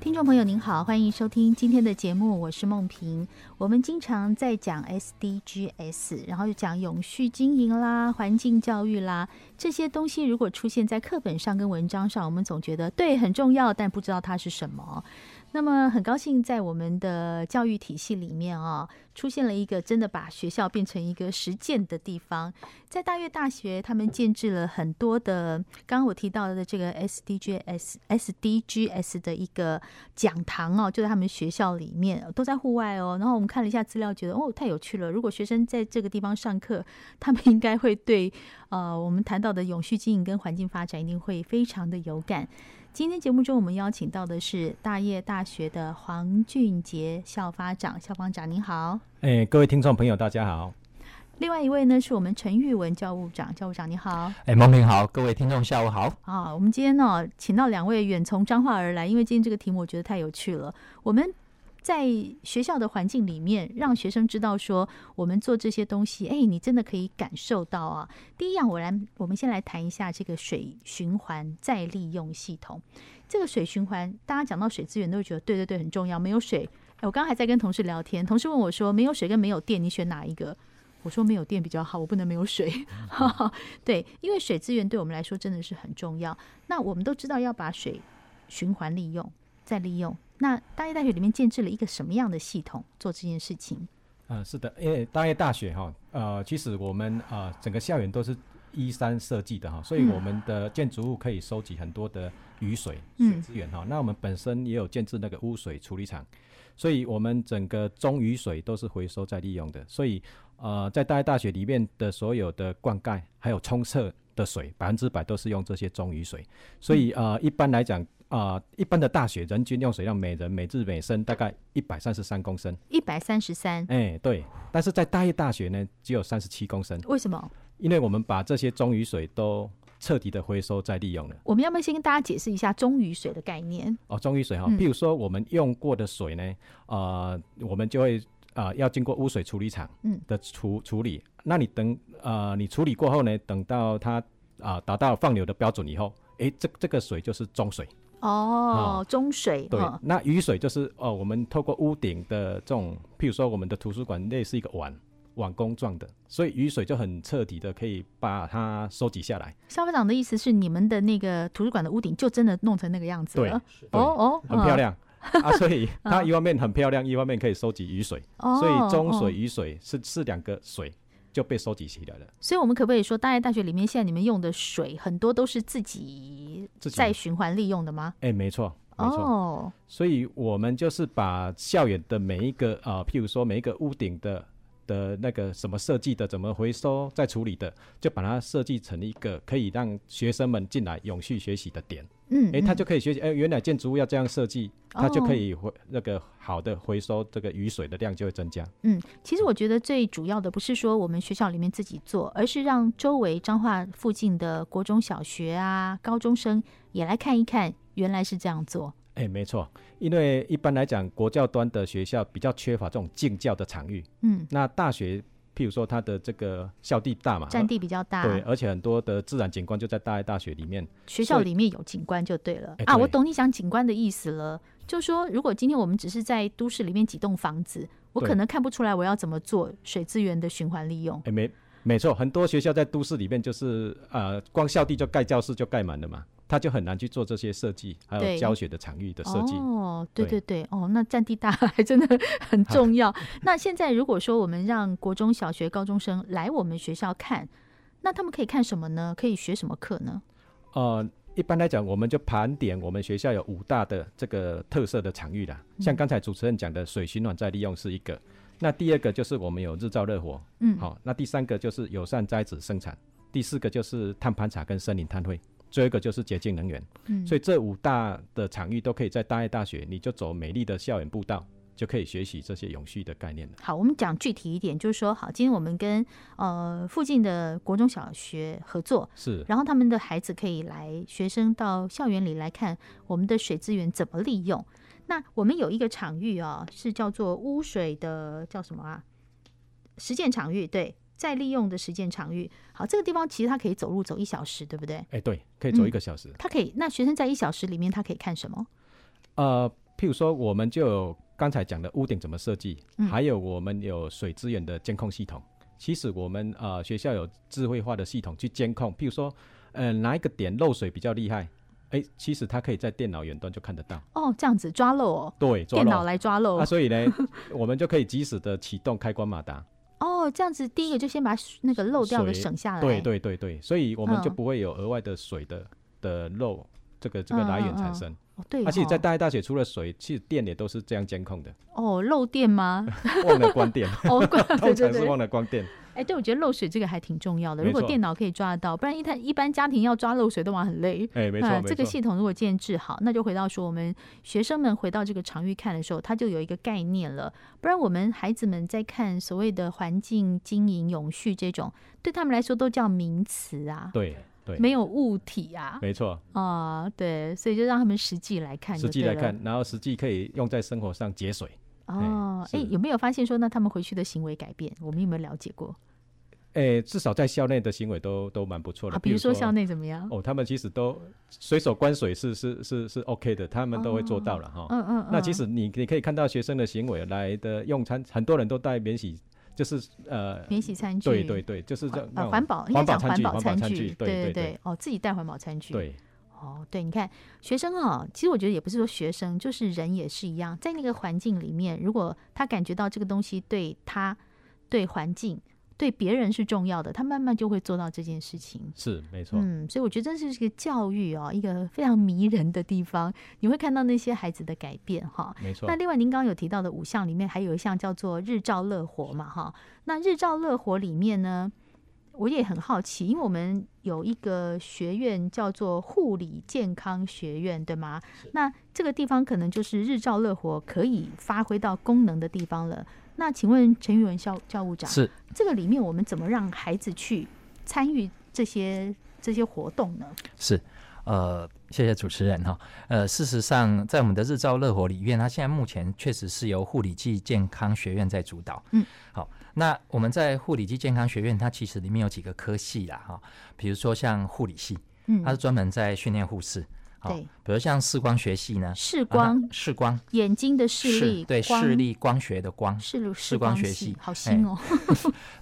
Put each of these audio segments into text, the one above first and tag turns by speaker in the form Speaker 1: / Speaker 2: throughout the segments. Speaker 1: 听众朋友您好，欢迎收听今天的节目，我是梦萍。我们经常在讲 SDGs，然后又讲永续经营啦、环境教育啦这些东西，如果出现在课本上跟文章上，我们总觉得对很重要，但不知道它是什么。那么很高兴在我们的教育体系里面啊、出现了一个真的把学校变成一个实践的地方。在大悦大学，他们建制了很多的，刚刚我提到的这个 SDGs SDGs 的一个讲堂哦，就在他们学校里面，都在户外哦。然后我们看了一下资料，觉得哦太有趣了。如果学生在这个地方上课，他们应该会对呃我们谈到的永续经营跟环境发展一定会非常的有感。今天节目中，我们邀请到的是大业大学的黄俊杰校发长，校方长您好。
Speaker 2: 哎，各位听众朋友，大家好。
Speaker 1: 另外一位呢，是我们陈玉文教务长，教务长你好。
Speaker 3: 哎，蒙平好，各位听众下午好。
Speaker 1: 啊，我们今天呢、请到两位远从彰化而来，因为今天这个题目我觉得太有趣了。我们在学校的环境里面，让学生知道说，我们做这些东西，哎，你真的可以感受到啊。第一样，我来，我们先来谈一下这个水循环再利用系统。这个水循环，大家讲到水资源都会觉得，对对对，很重要。没有水，哎，我刚刚还在跟同事聊天，同事问我说，没有水跟没有电，你选哪一个？我说没有电比较好，我不能没有水。哈哈，对，因为水资源对我们来说真的是很重要。那我们都知道要把水循环利用、再利用。那大业大学里面建制了一个什么样的系统做这件事情？
Speaker 2: 呃，是的，因为大业大学哈、呃，其实我们呃整个校园都是依山设计的哈、所以我们的建筑物可以收集很多的雨水水资源哈、那我们本身也有建制那个污水处理厂，所以我们整个中雨水都是回收再利用的。所以呃，在大业大学里面的所有的灌溉还有冲厕的水，百分之百都是用这些中雨水。所以呃，一般来讲啊、呃一般的大学人均用水量每人每日每升大概一百三十三公升。
Speaker 1: 一百三十三，
Speaker 2: 哎，对，但是在大业大学呢，只有三十七公升，
Speaker 1: 为什么？
Speaker 2: 因为我们把这些中雨水都彻底的回收再利用了。
Speaker 1: 我们要不要先跟大家解释一下中雨水的概念？
Speaker 2: 哦，中雨水哈、
Speaker 1: 嗯
Speaker 2: 譬如说我们用过的水呢，呃，我们就会呃要经过污水处理厂
Speaker 1: 嗯
Speaker 2: 的处处理。那你等呃你处理过后呢，等到它啊、达到放流的标准以后，诶，这这个水就是中水。
Speaker 1: 哦，中水，
Speaker 2: 对，
Speaker 1: 嗯
Speaker 2: 那雨水就是呃，我们透过屋顶的这种，譬如说我们的图书馆类似一个碗碗弓状的，所以雨水就很彻底的可以把它收集下来，
Speaker 1: 校方长的意思是，你们的那个图书馆的屋顶就真的弄成那个样子了。哦
Speaker 2: 对
Speaker 1: 哦，
Speaker 2: 很
Speaker 1: 嗯。
Speaker 2: 漂亮、 啊。所以 它一方面很漂亮，一方面可以收集雨水，
Speaker 1: 哦
Speaker 2: 所以中水、
Speaker 1: 哦
Speaker 2: 雨水是是两个水就被收集起来了。
Speaker 1: 所以我们可不可以说，大业大学里面现在你们用的水很多都是自己
Speaker 2: 自己
Speaker 1: 在循环利用的吗？
Speaker 2: 哎，没错，没错。
Speaker 1: 哦，
Speaker 2: 所以我们就是把校园的每一个啊、呃譬如说每一个屋顶的的那个什么设计的，怎么回收再处理的，就把它设计成一个可以让学生们进来永续学习的点。
Speaker 1: 嗯，
Speaker 2: 诶，
Speaker 1: 嗯
Speaker 2: 他就可以学习，诶，原来建筑物要这样设计，
Speaker 1: 哦
Speaker 2: 它就可以回、那个好的回收这个雨水的量就会增加。
Speaker 1: 嗯，其实我觉得最主要的不是说我们学校里面自己做，而是让周围彰化附近的国中小学啊、高中生也来看一看，原来是这样做。
Speaker 2: 哎，没错，因为一般来讲，国教端的学校比较缺乏这种敬教的场域。
Speaker 1: 嗯，
Speaker 2: 那大学，譬如说它的这个校地大嘛，
Speaker 1: 占地比较大，
Speaker 2: 啊对，而且很多的自然景观就在大爱大学里面。
Speaker 1: 学校里面有景观就对了
Speaker 2: 哎
Speaker 1: 啊。
Speaker 2: 对
Speaker 1: 我懂你讲景观的意思了，就说如果今天我们只是在都市里面几栋房子，我
Speaker 2: 对
Speaker 1: 可能看不出来我要怎么做水资源的循环利用。
Speaker 2: 哎，没没错，很多学校在都市里面就是呃，光校地就盖教室就盖满了嘛，他就很难去做这些设计，还
Speaker 1: 对
Speaker 2: 有教学的场域的设计。
Speaker 1: 哦，对对
Speaker 2: 对
Speaker 1: 对，哦，那占地大还真的 很重要。那现在如果说我们让国中小学、高中生来我们学校看，那他们可以看什么呢？可以学什么课呢？
Speaker 2: 呃，一般来讲，我们就盘点我们学校有五大的这个特色的场域啦，
Speaker 1: 嗯
Speaker 2: 像刚才主持人讲的水循环再利用是一个，那第二个就是我们有日照热火，
Speaker 1: 嗯
Speaker 2: 好、那第三个就是友善栽植生产，第四个就是碳盘查跟森林碳汇。最后一个就是洁净能源，
Speaker 1: 嗯
Speaker 2: 所以这五大的场域都可以在大爱大学，你就走美丽的校园步道，就可以学习这些永续的概念了。
Speaker 1: 好，我们讲具体一点，就是说，好，今天我们跟呃附近的国中小学合作，
Speaker 2: 是
Speaker 1: 然后他们的孩子可以来学生到校园里来看我们的水资源怎么利用。那我们有一个场域啊、是叫做污水的叫什么啊？实践场域，对，再利用的实践场域。好，这个地方其实它可以走路走一小时，对不对？
Speaker 2: 哎，对，可以走
Speaker 1: 嗯
Speaker 2: 一个小时。
Speaker 1: 他可以，那学生在一小时里面，他可以看什么？
Speaker 2: 呃，譬如说，我们就有刚才讲的屋顶怎么设计，
Speaker 1: 嗯
Speaker 2: 还有我们有水资源的监控系统。其实我们呃学校有智慧化的系统去监控，譬如说，呃哪一个点漏水比较厉害，哎，其实它可以在电脑远端就看得到。
Speaker 1: 哦，这样子抓漏哦，
Speaker 2: 对，抓
Speaker 1: 电脑
Speaker 2: 漏。
Speaker 1: 来抓漏
Speaker 2: 啊，所以呢，我们就可以及时的启动开关马达。
Speaker 1: 哦，这样子第一个就先把水那个漏掉的
Speaker 2: 水
Speaker 1: 省下来，
Speaker 2: 对对对对，所以我们就
Speaker 1: 嗯
Speaker 2: 不会有额外的水的的漏这个这个
Speaker 1: 嗯
Speaker 2: 来
Speaker 1: 嗯
Speaker 2: 源
Speaker 1: 嗯
Speaker 2: 产生。
Speaker 1: 哦对哦，
Speaker 2: 而且在大爱大学除了水，其实电也都是这样监控的，
Speaker 1: 哦漏电吗？
Speaker 2: 忘了关电。
Speaker 1: 哦，关 对
Speaker 2: 通
Speaker 1: 对
Speaker 2: 常是
Speaker 1: 对，
Speaker 2: 忘了关电，
Speaker 1: 哎，对我觉得漏水这个还挺重要的，
Speaker 2: 没
Speaker 1: 如果
Speaker 2: 错
Speaker 1: 电脑可以抓得到，不然一般一般家庭要抓漏水的话很累。
Speaker 2: 哎，没错，
Speaker 1: 啊
Speaker 2: 没
Speaker 1: 这个
Speaker 2: 错，
Speaker 1: 系统如果建制好，那就回到说我们学生们回到这个场域看的时候，他就有一个概念了。不然我们孩子们在看所谓的环境经营、永续这种，对他们来说都叫名词啊，
Speaker 2: 对对，
Speaker 1: 没有物体啊，
Speaker 2: 没错，
Speaker 1: 啊、对，所以就让他们实际来看，
Speaker 2: 实际来看，。然后实际可以用在生活上节水。
Speaker 1: 哦，哎，
Speaker 2: 是
Speaker 1: 有没有发现说，那他们回去的行为改变，我们有没有了解过
Speaker 2: 哎，至少在校内的行为都都蛮不错的，
Speaker 1: 啊？比如说校内怎么样？
Speaker 2: 哦，他们其实都随手关水是是是是 OK 的，他们都会做到了哈。
Speaker 1: 嗯嗯，
Speaker 2: 那
Speaker 1: 嗯
Speaker 2: 其实你你可以看到学生的行为来的用餐，很多人都带免洗，就是呃，
Speaker 1: 免洗餐具，
Speaker 2: 对对对，就是这
Speaker 1: 环
Speaker 2: 那
Speaker 1: 呃
Speaker 2: 种
Speaker 1: 环保，应该
Speaker 2: 环
Speaker 1: 讲
Speaker 2: 保餐
Speaker 1: 环
Speaker 2: 具，
Speaker 1: 保
Speaker 2: 环保
Speaker 1: 餐
Speaker 2: 餐
Speaker 1: 具，
Speaker 2: 具，对
Speaker 1: 对
Speaker 2: 对，
Speaker 1: 哦，自己带环保餐具，
Speaker 2: 对，
Speaker 1: 哦，对，你看学生哦，其实我觉得也不是说学生，就是人也是一样，在那个环境里面，如果他感觉到这个东西对他、对环境、对别人是重要的，他慢慢就会做到这件事情。
Speaker 2: 是没错，
Speaker 1: 嗯，所以我觉得这是一个教育哦，一个非常迷人的地方。你会看到那些孩子的改变哈、
Speaker 2: 没错
Speaker 1: 那。另外，您刚刚有提到的五项里面，还有一项叫做日照乐活嘛，哈。那日照乐活里面呢，我也很好奇，因为我们有一个学院叫做护理健康学院，对吗？那这个地方可能就是日照乐活可以发挥到功能的地方了。那请问陈宇文校教务长，
Speaker 3: 是
Speaker 1: 这个里面我们怎么让孩子去参与这些这些活动呢？
Speaker 3: 是，呃，谢谢主持人哈。呃，事实上，在我们的日照乐活里面，它现在目前确实是由护理暨健康学院在主导。
Speaker 1: 嗯，
Speaker 3: 好，那我们在护理暨健康学院，它其实里面有几个科系啦哈，比如说像护理系，
Speaker 1: 嗯
Speaker 3: 它，是专门在训练护士。好
Speaker 1: 对
Speaker 3: 比如像视光学系呢，
Speaker 1: 视
Speaker 3: 啊它
Speaker 1: 光、
Speaker 3: 视光
Speaker 1: 眼睛的视
Speaker 3: 是
Speaker 1: 力，
Speaker 3: 对
Speaker 1: 光
Speaker 3: 视力光学的 光，
Speaker 1: 视
Speaker 3: 视光学
Speaker 1: 系
Speaker 3: 系，
Speaker 1: 好
Speaker 3: 哎
Speaker 1: 新哦。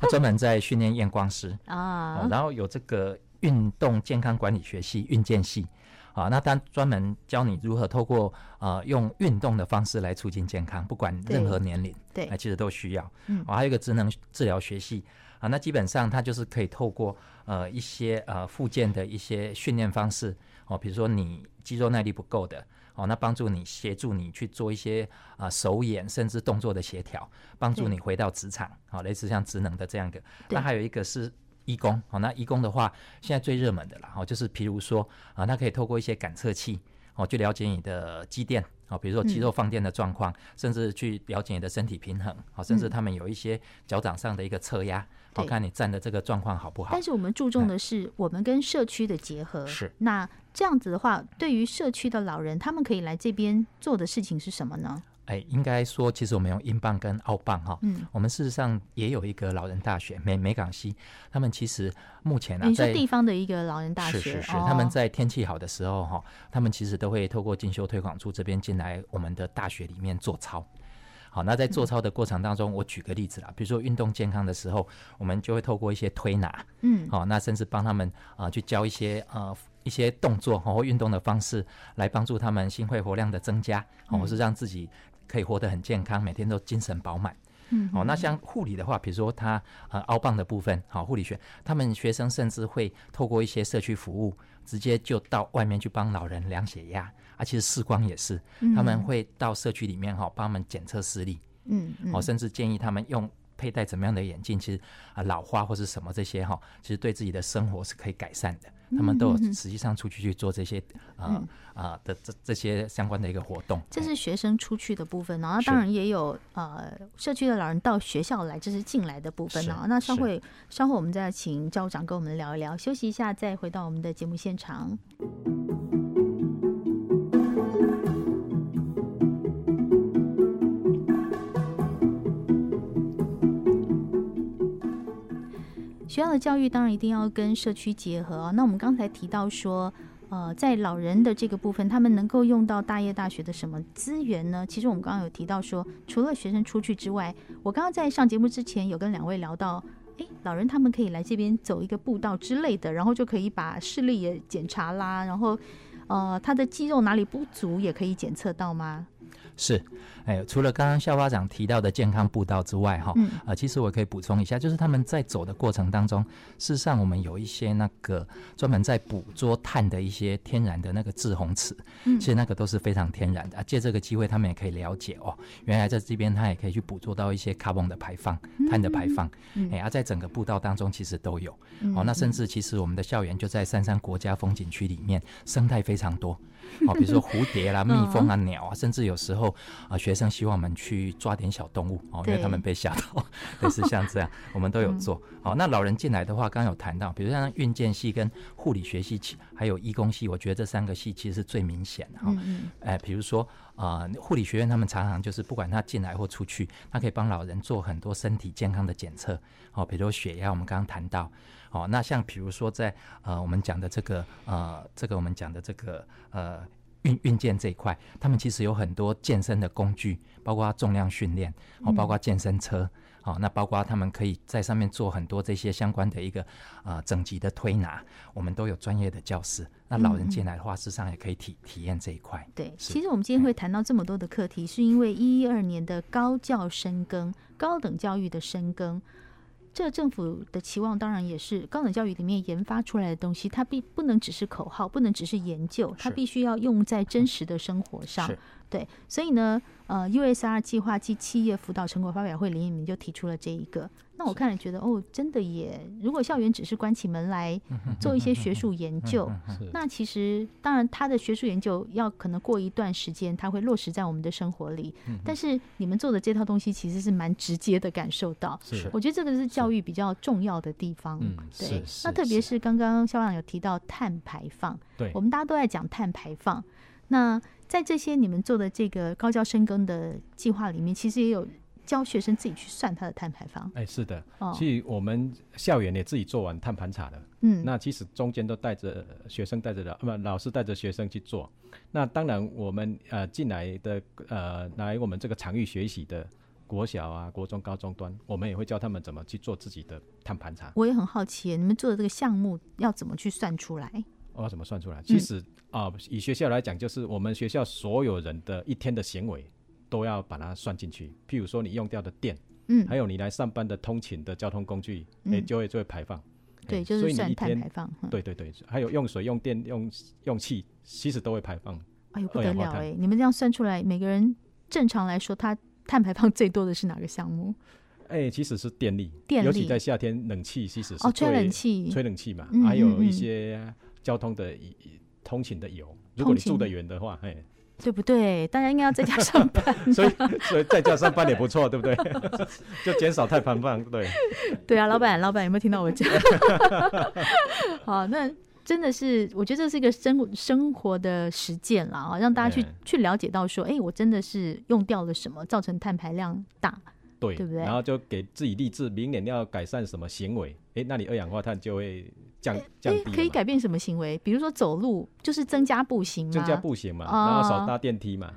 Speaker 3: 它专门在训练验光师。
Speaker 1: 啊
Speaker 3: 哦，，然后有这个运动健康管理学系运健系，啊，那它专门教你如何透过呃用运动的方式来促进健康，不管任何年龄，
Speaker 1: 对
Speaker 3: 啊，其实都需要。
Speaker 1: 嗯
Speaker 3: 哦，还有一个职能治疗学系啊，那基本上它就是可以透过呃一些呃附件的一些训练方式哦，比如说你肌肉耐力不够的。哦，那帮助你协助你去做一些啊、手眼甚至动作的协调，帮助
Speaker 1: 对
Speaker 3: 你回到职场，好、类似像职能的这样一个。
Speaker 1: 对
Speaker 3: 那还有一个是义工，好、那义工的话，现在最热门的啦，哦，就是譬如说啊，它可以透过一些感测器，哦，去了解你的肌电，哦，比如说
Speaker 1: 嗯
Speaker 3: 肌肉放电的状况，甚至去了解你的身体平衡，哦，甚至
Speaker 1: 嗯
Speaker 3: 他们有一些脚掌上的一个测压，哦，
Speaker 1: 对
Speaker 3: 看你站的这个状况好不好
Speaker 1: 但。是我们注重的是我们跟社区的结合。
Speaker 3: 哎是，
Speaker 1: 那这样子的话，对于社区的老人，他们可以来这边做的事情是什么呢？
Speaker 3: 哎，应该说，其实我们用英镑跟澳镑哈、
Speaker 1: 嗯，
Speaker 3: 我们事实上也有一个老人大学美美港西，他们其实目前啊，
Speaker 1: 你说
Speaker 3: 在
Speaker 1: 地方的一个老人大学，
Speaker 3: 是是是，
Speaker 1: 哦、
Speaker 3: 他们在天气好的时候哈，他们其实都会透过进修推广处这边进来我们的大学里面做操。好，那在
Speaker 1: 嗯
Speaker 3: 做操的过程当中，我举个例子啦，比如说运动健康的时候，我们就会透过一些推拿，
Speaker 1: 嗯
Speaker 3: 好、那甚至帮他们啊、呃去教一些呃一些动作哦或运动的方式，来帮助他们心肺活量的增加，
Speaker 1: 嗯
Speaker 3: 哦，或是让自己可以活得很健康，每天都精神饱满。
Speaker 1: 嗯
Speaker 3: 哦，那像护理的话，比如说他呃凹棒的部分，好、护理学，他们学生甚至会透过一些社区服务，直接就到外面去帮老人量血压，啊，其实视光也是，
Speaker 1: 嗯
Speaker 3: 他们会到社区里面哈、帮他们检测视力，
Speaker 1: 嗯嗯
Speaker 3: 哦，甚至建议他们用佩戴怎么样的眼镜，其实啊老花或是什么这些哈，其实对自己的生活是可以改善的。
Speaker 1: 嗯
Speaker 3: 他们都有实际上出去去做这些啊啊的这这些相关的一个活动。
Speaker 1: 这是学生出去的部分，然后当然也有呃社区的老人到学校来，这是进来的部分。
Speaker 3: 是
Speaker 1: 然后那稍
Speaker 3: 是
Speaker 1: 会稍后我们再请教务长跟我们聊一聊，休息一下再回到我们的节目现场。学校的教育当然一定要跟社区结合啊。那我们刚才提到说，呃，在老人的这个部分，他们能够用到大业大学的什么资源呢？其实我们刚刚有提到说，除了学生出去之外，我刚刚在上节目之前有跟两位聊到。诶，老人他们可以来这边走一个步道之类的，然后就可以把视力也检查啦，然后，呃，他的肌肉哪里不足也可以检测到吗？
Speaker 3: 是，哎，除了刚刚校发长提到的健康步道之外，哈、
Speaker 1: 嗯
Speaker 3: 呃，其实我可以补充一下，就是他们在走的过程当中，事实上我们有一些那个专门在捕捉碳的一些天然的那个制红池，
Speaker 1: 嗯
Speaker 3: 其实那个都是非常天然的啊。借这个机会，他们也可以了解哦，原来在这边他也可以去捕捉到一些 carbon 的排放、碳的排放，
Speaker 1: 嗯
Speaker 3: 哎，啊，在整个步道当中其实都有。
Speaker 1: 嗯
Speaker 3: 哦，那甚至其实我们的校园就在三山国家风景区里面，生态非常多。哦，比如说蝴 蝶啦、蜜
Speaker 1: 嗯
Speaker 3: 蜂啊、鸟啊，甚至有时候啊、学生希望我们去抓点小动物哦，因为
Speaker 1: 对
Speaker 3: 他们被吓到， 类似像这样，我们都有做。哦，那老人进来的话，刚刚有谈到，比如像运健系、跟护理学系，其还有医工系，我觉得这三个系其实是最明显的哈。
Speaker 1: 嗯嗯
Speaker 3: 哎，比如说啊，呃护、理学院他们常常就是不管他进来或出去，他可以帮老人做很多身体健康的检测，哦，比如说血压，我们刚刚谈到，哦，那像比如说在呃我们讲的这个呃这个我们讲的这个呃。运运健这一块，他们其实有很多健身的工具，包括重量训练，哦，包括健身车，哦，那包括他们可以在上面做很多这些相关的一个呃整级的推拿，我们都有专业的教室。那老人进来的话，事实上也可以体体验这一块。
Speaker 1: 对，
Speaker 3: 是哎
Speaker 1: 其实我们今天会谈到这么多的课题，是因为一一二年的高教深耕、高等教育的深耕，这政府的期望当然也是高等教育里面研发出来的东西，它必不能只是口号，不能只是研究，它
Speaker 3: 是
Speaker 1: 必须要用在真实的生活上
Speaker 3: 是。
Speaker 1: 对，所以呢，呃，USR 计划暨企业辅导成果发表会里面就提出了这一个。那我看了觉得，哦，真的也，如果校园只是关起门来
Speaker 3: 嗯
Speaker 1: 做一些学术研究，
Speaker 2: 是
Speaker 1: 那其实，当然，他的学术研究要可能过一段时间，他会落实在我们的生活里。
Speaker 2: 嗯
Speaker 1: 但是你们做的这套东西，其实是蛮直接的感受到。
Speaker 2: 是
Speaker 1: 我觉得这个是教育比较重要的地方。
Speaker 2: 嗯
Speaker 1: 对
Speaker 2: 是，是
Speaker 1: 那特别是刚刚校长有提到碳排放，
Speaker 2: 对
Speaker 1: 我们大家都在讲碳排放。那在这些你们做的这个高教深耕的计划里面，其实也有教学生自己去算他的碳排放。
Speaker 2: 哎是的，
Speaker 1: 哦，
Speaker 2: 其实我们校园也自己做完碳盘查的，
Speaker 1: 嗯，
Speaker 2: 那其实中间都带着学生带着老，呃不老师带着学生去做。那当然，我们呃进来的呃来我们这个场域学习的国小啊、国中、高中端，我们也会教他们怎么去做自己的碳盘查。
Speaker 1: 我也很好奇，你们做的这个项目要怎么去算出来？
Speaker 2: 我要怎么算
Speaker 1: 嗯
Speaker 2: 出来？其实啊、以学校来讲，就是我们学校所有人的一天的行为都要把它算进去。譬如说你用掉的电，
Speaker 1: 嗯，
Speaker 2: 还有你来上班的通勤的交通工具，哎、
Speaker 1: 嗯
Speaker 2: 就会就会排放。
Speaker 1: 对，
Speaker 2: 哎
Speaker 1: 就
Speaker 2: 所
Speaker 1: 是
Speaker 2: 以你
Speaker 1: 算
Speaker 2: 一
Speaker 1: 碳
Speaker 2: 天
Speaker 1: 排放。嗯，
Speaker 2: 对对对，还有用水、用电、用用气，其实都会排放。
Speaker 1: 哎呦不
Speaker 2: 二
Speaker 1: 得
Speaker 2: 氧化
Speaker 1: 了
Speaker 2: 碳
Speaker 1: 哎、你们这样算出来，每个人正常来说，他碳排放最多的是哪个项目？
Speaker 2: 哎、其实是电力，
Speaker 1: 电
Speaker 2: 尤其
Speaker 1: 力
Speaker 2: 在夏天，冷气其实是
Speaker 1: 哦，吹
Speaker 2: 最
Speaker 1: 冷，气，
Speaker 2: 吹冷气嘛，
Speaker 1: 嗯
Speaker 2: 还有
Speaker 1: 嗯嗯
Speaker 2: 一些交通的以以通勤的油。如果你
Speaker 1: 通勤
Speaker 2: 住得远的话，哎，
Speaker 1: 对不对？大家应该要在家 上 班。
Speaker 2: 所以所以在家上班也不错，对不对？ 就减少碳排放，对。
Speaker 1: 对啊，老板，老板有没有听到 我讲？好，那真的是，我觉得这是一个生活生活的实践啦啊，让大家去、
Speaker 2: 嗯
Speaker 1: 去了解到说，哎、我真的是用掉了什么，造成碳排量大。
Speaker 2: 对，
Speaker 1: 对不对
Speaker 2: 然后就给自己励志，明年要改善什么行为，诶，那你二氧化碳就会降降
Speaker 1: 哎
Speaker 2: 低了嘛，
Speaker 1: 可以改变什么行为？比如说走路，就是增加步行嘛。
Speaker 2: 增加步行嘛，
Speaker 1: 啊
Speaker 2: 然后少搭电梯嘛，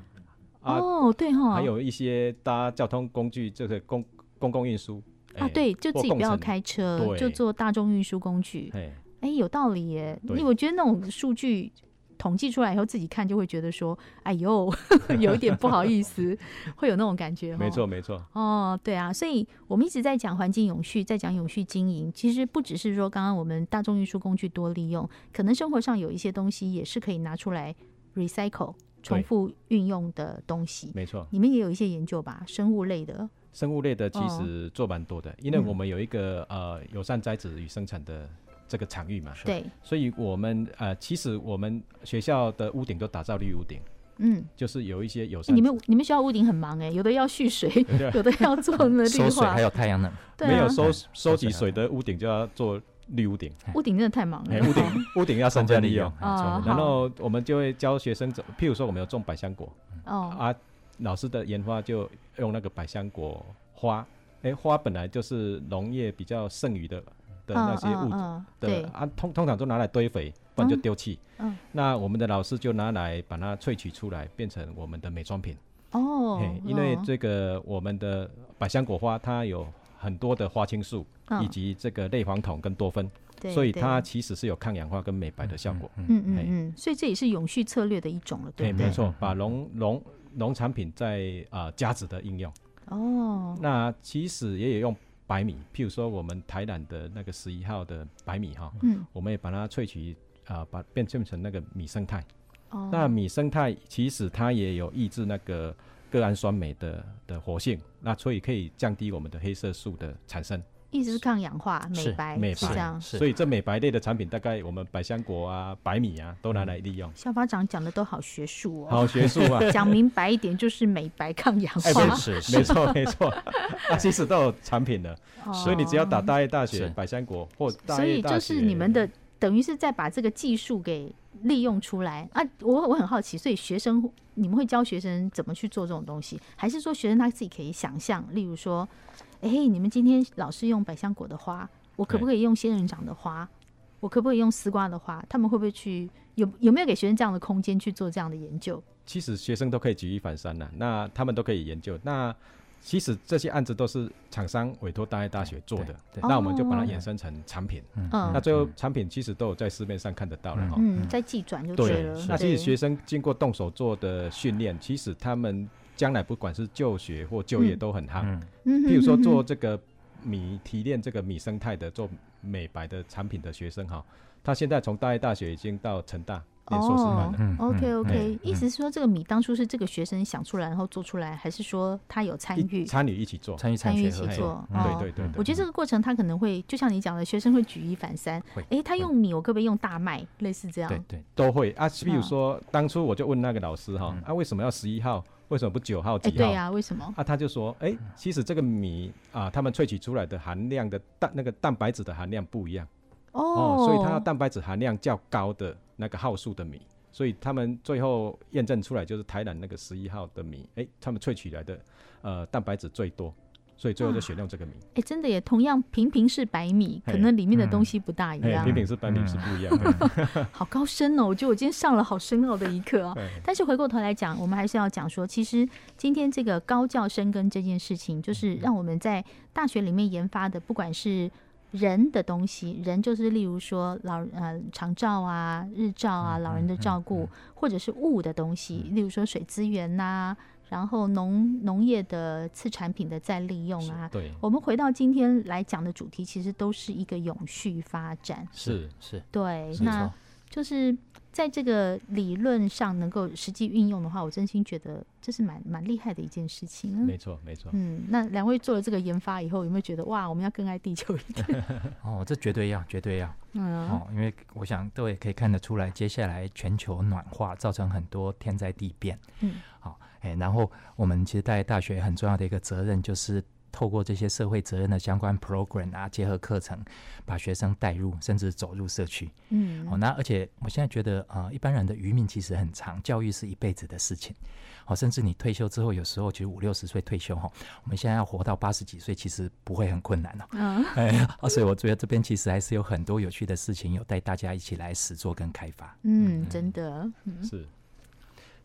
Speaker 2: 啊，
Speaker 1: 哦，对哈，
Speaker 2: 还有一些搭交通工具，就是公公共运输哎
Speaker 1: 啊，
Speaker 2: 诶
Speaker 1: 对，就
Speaker 2: 或
Speaker 1: 自己
Speaker 2: 共
Speaker 1: 不要
Speaker 2: 乘
Speaker 1: 开车，
Speaker 2: 对
Speaker 1: 就坐大众运输工具。
Speaker 2: 嘿，
Speaker 1: 哎，有道理耶！
Speaker 2: 对
Speaker 1: 你我觉得那种数据统计出来以后，自己看就会觉得说，哎呦， 有一点不好意思，会有那种感觉。
Speaker 2: 没。错没错，
Speaker 1: 哦，对啊，所以我们一直在讲环境永续，在讲永续经营。其实不只是说刚刚我们大众运输工具多利用，可能生活上有一些东西也是可以拿出来 recycle 重
Speaker 2: 对
Speaker 1: 复运用的东西。
Speaker 2: 没错。
Speaker 1: 你们也有一些研究吧，生物类的
Speaker 2: 生物类的其
Speaker 1: 哦
Speaker 2: 实做蛮多的，因为
Speaker 1: 嗯
Speaker 2: 我们有一个呃友善栽植与生产的这个场域嘛，
Speaker 1: 对，
Speaker 2: 所以我们呃其实我们学校的屋顶都打造绿屋顶，
Speaker 1: 嗯，
Speaker 2: 就是有一些友
Speaker 1: 欸
Speaker 2: 善
Speaker 1: 你们你们学校屋顶很忙哎、有的要蓄水，
Speaker 2: 对
Speaker 1: 有的要做那
Speaker 3: 收
Speaker 1: 绿
Speaker 3: 水
Speaker 1: 化
Speaker 3: 还，有太阳能，
Speaker 1: 对
Speaker 2: 没有
Speaker 1: 啊，
Speaker 2: 收收
Speaker 3: 收
Speaker 2: 集
Speaker 3: 集
Speaker 2: 水的屋顶就要做绿屋顶，
Speaker 1: 屋顶真的太忙了
Speaker 2: 哎，。屋顶屋顶要
Speaker 3: 充
Speaker 2: 增加
Speaker 3: 分利
Speaker 2: 利用
Speaker 3: 用。。
Speaker 1: 啊
Speaker 3: 充分利
Speaker 2: 然
Speaker 1: 好
Speaker 2: 后我们就会教学生怎，譬如说我们有种百香果
Speaker 1: 哦，
Speaker 2: 啊，老师的研发就用那个百香果花，哎，花本来就是农业比较剩余的 的那些
Speaker 1: 嗯
Speaker 2: 物质
Speaker 1: 嗯嗯
Speaker 2: 的
Speaker 1: 对，
Speaker 2: 啊，通通常都拿来堆肥，不然就丢弃。
Speaker 1: 嗯，
Speaker 2: 那我们的老师就拿来把它萃取出来，变成我们的美妆品。
Speaker 1: 哦
Speaker 2: 嘿，因为
Speaker 1: 嗯
Speaker 2: 这个我们的百香果花它有很多的花青素，
Speaker 1: 嗯
Speaker 2: 以及这个类黄酮跟多酚，
Speaker 1: 对
Speaker 2: 所以
Speaker 1: 对
Speaker 2: 它其实是有抗氧化跟美白的效果。
Speaker 1: 嗯嗯
Speaker 2: 哎
Speaker 1: 嗯，所以这也是永续策略的一种了，对不
Speaker 2: 没
Speaker 1: 对？
Speaker 2: 错，把农农农产品在啊价值的应用，
Speaker 1: 哦，
Speaker 2: 那其实也有用白米，譬如说我们台南的那个十一号的白米哈，
Speaker 1: 嗯
Speaker 2: 我们也把它萃取啊、把变变成那个米生态。
Speaker 1: 哦，
Speaker 2: 那米生态其实它也有抑制那个个氨酸酶的的活性，那所以可以降低我们的黑色素的产生。
Speaker 1: 意思是抗氧化、美
Speaker 3: 是
Speaker 1: 白
Speaker 2: 美
Speaker 1: 是
Speaker 2: 白
Speaker 1: 这样。
Speaker 3: 是
Speaker 2: 所以这美白类的产品，大概我们百香果啊、白米啊都拿来 利用。
Speaker 1: 校方长讲的都好学术哦，
Speaker 2: 好 学术啊！
Speaker 1: 讲明白一点就是美白抗氧
Speaker 2: 哎
Speaker 1: 化
Speaker 2: 不，
Speaker 3: 是 是
Speaker 2: 没错没错，啊，其实都有产品的，所以你只要打
Speaker 1: 哦
Speaker 2: 大叶大
Speaker 3: 是
Speaker 2: 学、百香果或大
Speaker 1: 所
Speaker 2: 叶
Speaker 1: 以
Speaker 2: 大
Speaker 1: 就
Speaker 2: 学，
Speaker 1: 是你们的等于是在把这个技术给利用出来啊！我我很好奇，所以学生你们会教学生怎么去做这种东西，还是说学生他自己可以想象？例如说，哎、你们今天老师用百香果的花，我可不可以用仙人掌的花？我可不可以用丝瓜的花？他们会不会去有有没有给学生这样的空间去做这样的研究？
Speaker 2: 其实学生都可以举一反三呐、那他们都可以研究。那其实这些案子都是厂商委托大爱大学做的，
Speaker 3: 对
Speaker 1: 对
Speaker 2: 那我们就把它
Speaker 1: 哦
Speaker 2: 衍生成产品。
Speaker 1: 嗯
Speaker 2: 那最后产品其实都有在市面上看得到了哈。
Speaker 1: 嗯，再寄转就对了。
Speaker 2: 那其
Speaker 1: 对
Speaker 2: 实学生经过动手做的训练，其实他们将来不管是就学或就业
Speaker 1: 嗯
Speaker 2: 都很夯。
Speaker 3: 嗯，
Speaker 1: 嗯哼
Speaker 2: 譬如说
Speaker 1: 哼哼
Speaker 2: 做这个米提炼这个米生态的做美白的产品的学生哈，他现在从大一大学已经到成大念硕士班了。
Speaker 3: 嗯
Speaker 1: 哦 OK
Speaker 3: 嗯
Speaker 1: OK，
Speaker 2: 嗯
Speaker 1: 意思是说这个米当初是这个学生想出来，然后做出来，还是说他有参
Speaker 2: 一
Speaker 1: 与？
Speaker 2: 参与一起做，
Speaker 3: 参与
Speaker 1: 参
Speaker 3: 产
Speaker 1: 与一
Speaker 3: 学
Speaker 1: 起
Speaker 3: 合
Speaker 1: 做
Speaker 3: 作，
Speaker 1: 哦
Speaker 2: 对对对对
Speaker 1: 我觉得这个过程他可能会，就像你讲的，学生会举一反三
Speaker 3: 会。
Speaker 1: 诶，他用米，我可不可以用大麦？类似这样。
Speaker 3: 对对，
Speaker 2: 都会啊。譬如
Speaker 1: 嗯
Speaker 2: 说，当初我就问那个老师哈
Speaker 3: 嗯，
Speaker 2: 啊，为什么要十一号？为什么不九号、
Speaker 1: 哎，
Speaker 2: 几
Speaker 1: 对
Speaker 2: 号？
Speaker 1: 呀，为什么？
Speaker 2: 啊，他就说，哎，其实这个米啊，他们萃取出来的含量的蛋那个蛋白质的含量不一样
Speaker 1: 哦
Speaker 2: 哦，，所以它要蛋白质含量较高的那个号数的米，所以他们最后验证出来就是台南那个十一号的米，哎，他们萃取来的呃蛋白质最多，所以最后就选用这个米。
Speaker 1: 哎，真的也同样平平是白米，
Speaker 2: 嘿
Speaker 1: 可能里面的东西不大一
Speaker 2: 哎，
Speaker 1: 样
Speaker 2: 品。品是白米是不一样的。
Speaker 1: 好高深哦，我觉得我今天上了好深奥的一课哦。
Speaker 2: 对
Speaker 1: 但是回过头来讲，我们还是要讲说，其实今天这个高教深耕这件事情，就是让我们在大学里面研发的，不管是人的东西，
Speaker 3: 嗯
Speaker 1: 人就是例如说老呃长照啊、日照
Speaker 3: 嗯
Speaker 1: 啊、老人的照顾，或者是物的东西，例如说水资源呐、然后农农业的次产品的再利用啊。
Speaker 2: 对，
Speaker 1: 我们回到今天来讲的主题，其实都是一个永续发展。
Speaker 2: 是
Speaker 3: 是，
Speaker 1: 对
Speaker 3: 没，
Speaker 1: 那
Speaker 3: 错。
Speaker 1: 就是在这个理论上能够实际运用的话，我真心觉得这是蛮蛮厉害的一件事情。啊
Speaker 2: 没错没错。
Speaker 1: 嗯，那两位做了这个研发以后，有没有觉得哇，我们要更爱地球一点？
Speaker 3: 哦，这绝对要，绝对要。
Speaker 1: 嗯，
Speaker 3: 哦，因为我想各位可以看得出来，接下来全球暖化造成很多天灾地变。
Speaker 1: 嗯，
Speaker 3: 好、哎，然后我们其实在大学很重要的一个责任就是。透过这些社会责任的相关 program 啊，结合课程，把学生带入，甚至走入社区。哦，
Speaker 1: 嗯，
Speaker 3: 那而且我现在觉得，呃，一般人的余命其实很长，教育是一辈子的事情。哦，甚至你退休之后，有时候其实五六十岁退休哈、哦，我们现在要活到八十几岁，其实不会很困难哦。
Speaker 1: 嗯，
Speaker 3: 哎啊，所以我觉得这边其实还是有很多有趣的事情，有带大家一起来实做跟开发。
Speaker 1: 嗯，真的，嗯
Speaker 2: 是，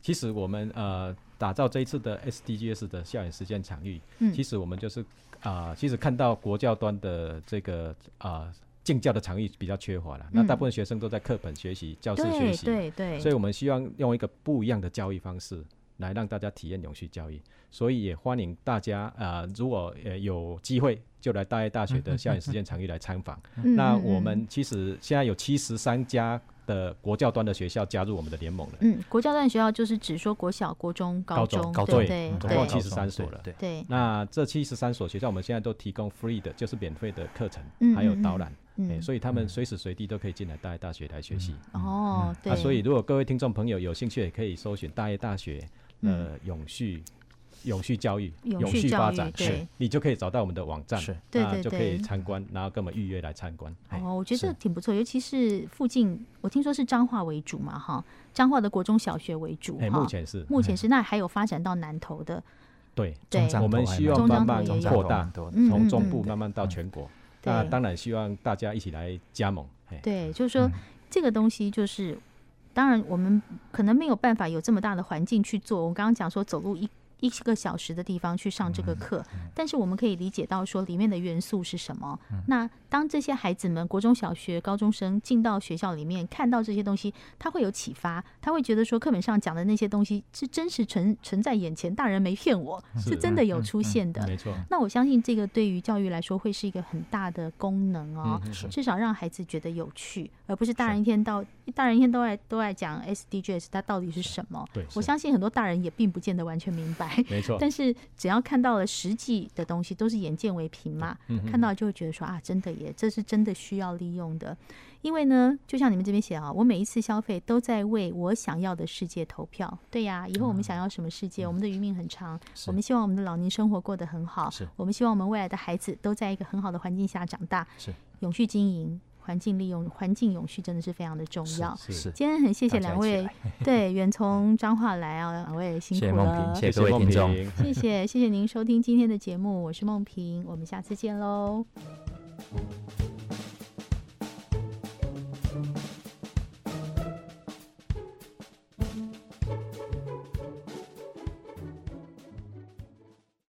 Speaker 2: 其实我们呃打造这一次的 SDGs 的校园实践场域，
Speaker 1: 嗯
Speaker 2: 其实我们就是啊、其实看到国教端的这个啊敬、教的场域比较缺乏了，那大部分学生都在课本学习、教室学
Speaker 1: 嗯对
Speaker 2: 习，
Speaker 1: 对对
Speaker 2: 所以，我们希望用一个不一样的教育方式来让大家体验永续教育。所以也欢迎大家呃，如果呃有机会，就来大业大学的校园实践场域来参访。
Speaker 1: 嗯
Speaker 2: 那
Speaker 1: 嗯
Speaker 2: 我
Speaker 1: 嗯
Speaker 2: 们其实现在有七十三家的国教端的学校加入我们的联盟了，
Speaker 1: 嗯，国教段学校就是指说国小、国中、高
Speaker 2: 高中
Speaker 1: 中，
Speaker 3: 高
Speaker 1: 对
Speaker 3: 中
Speaker 1: 不对
Speaker 3: 嗯
Speaker 2: 总
Speaker 1: 对
Speaker 2: 共七73所了
Speaker 3: 对，
Speaker 1: 对，
Speaker 2: 那这七十三所学校，我们现在都提供 free 的，就是免费的课程
Speaker 1: 嗯，
Speaker 2: 还有
Speaker 1: 嗯
Speaker 2: 导
Speaker 1: 嗯
Speaker 2: 览，哎、
Speaker 1: 嗯，
Speaker 2: 所以他们随时随地都可以进来大业大学来学习。
Speaker 1: 哦，对，
Speaker 2: 啊，所以如果各位听众朋友有兴趣，也可以搜寻大业大学
Speaker 1: 嗯
Speaker 2: 呃永续、永续教育、
Speaker 1: 永续
Speaker 2: 续
Speaker 1: 教
Speaker 2: 发
Speaker 1: 育
Speaker 2: 展，
Speaker 1: 对
Speaker 2: 是你就可以找到我们的网站，
Speaker 3: 是
Speaker 1: 对
Speaker 2: 那
Speaker 1: 对
Speaker 2: 就可
Speaker 1: 对
Speaker 2: 以参观，然后跟我们预约来参观。哎
Speaker 1: 哦，我觉得这挺不错，尤其是附近，我听说是彰化为主嘛，哈，彰化的国中小学为主，
Speaker 2: 哎，
Speaker 1: 哈
Speaker 2: 目，前是
Speaker 1: 目前是那还有发展到南投的，
Speaker 2: 对，
Speaker 1: 对
Speaker 3: 中，彰
Speaker 2: 我
Speaker 3: 投
Speaker 2: 们
Speaker 3: 还
Speaker 2: 希
Speaker 3: 蛮
Speaker 2: 望
Speaker 1: 多
Speaker 2: 慢慢
Speaker 1: 中彰
Speaker 2: 扩
Speaker 3: 投
Speaker 2: 大
Speaker 3: 蛮多，的
Speaker 1: 嗯
Speaker 2: 从
Speaker 1: 嗯
Speaker 2: 中部
Speaker 1: 嗯
Speaker 2: 慢慢到全国。
Speaker 1: 对
Speaker 2: 那当然希望大家一起来加盟。哎，
Speaker 1: 对，就是说这个东西就是，当然我们可能没有办法有这么大的环境去做。我刚刚讲说走路一一个小时的地方去上这个课，但是我们可以理解到说里面的元素是什么。那当这些孩子们国中小学高中生进到学校里面看到这些东西，他会有启发，他会觉得说课本上讲的那些东西是真实存存在眼前，大人没骗我，嗯
Speaker 2: 是
Speaker 1: 是真的嗯有出现的。
Speaker 2: 没错，
Speaker 1: 那我相信这个对于教育来说会是一个很大的功能哦，
Speaker 2: 嗯
Speaker 1: 至少让孩子觉得有趣，而不是大人一天到大人一天都在都在讲 SDGs 它到底是什么。
Speaker 2: 对
Speaker 1: 我
Speaker 2: 是
Speaker 1: 相信很多大人也并不见得完全明白，
Speaker 2: 没错。
Speaker 1: 但是只要看到了实际的东西，都是眼见为凭嘛，
Speaker 3: 嗯
Speaker 1: 看到就会觉得说啊，真的耶，这是真的需要利用的。因为呢，就像你们这边写啊，我每一次消费都在为我想要的世界投票。对呀，以后我们想要什么世界，
Speaker 3: 嗯
Speaker 1: 我们的余命很长，我们希望我们的老年生活过得很好
Speaker 3: 是，
Speaker 1: 我们希望我们未来的孩子都在一个很好的环境下长大。
Speaker 3: 是，
Speaker 1: 永续经营、环境利用、环境永续真的是非常的重要。
Speaker 2: 是
Speaker 3: 是
Speaker 1: 今天很谢谢
Speaker 3: 大家
Speaker 1: 两
Speaker 3: 一起
Speaker 1: 位
Speaker 3: 来，
Speaker 1: 对，远从彰化来啊，两位辛
Speaker 3: 谢
Speaker 1: 苦
Speaker 3: 谢
Speaker 1: 了。
Speaker 3: 梦萍，谢谢各位
Speaker 2: 梦
Speaker 3: 听众。
Speaker 2: 萍
Speaker 1: 谢谢谢谢您收听今天的节目，我是梦萍，我们下次见喽。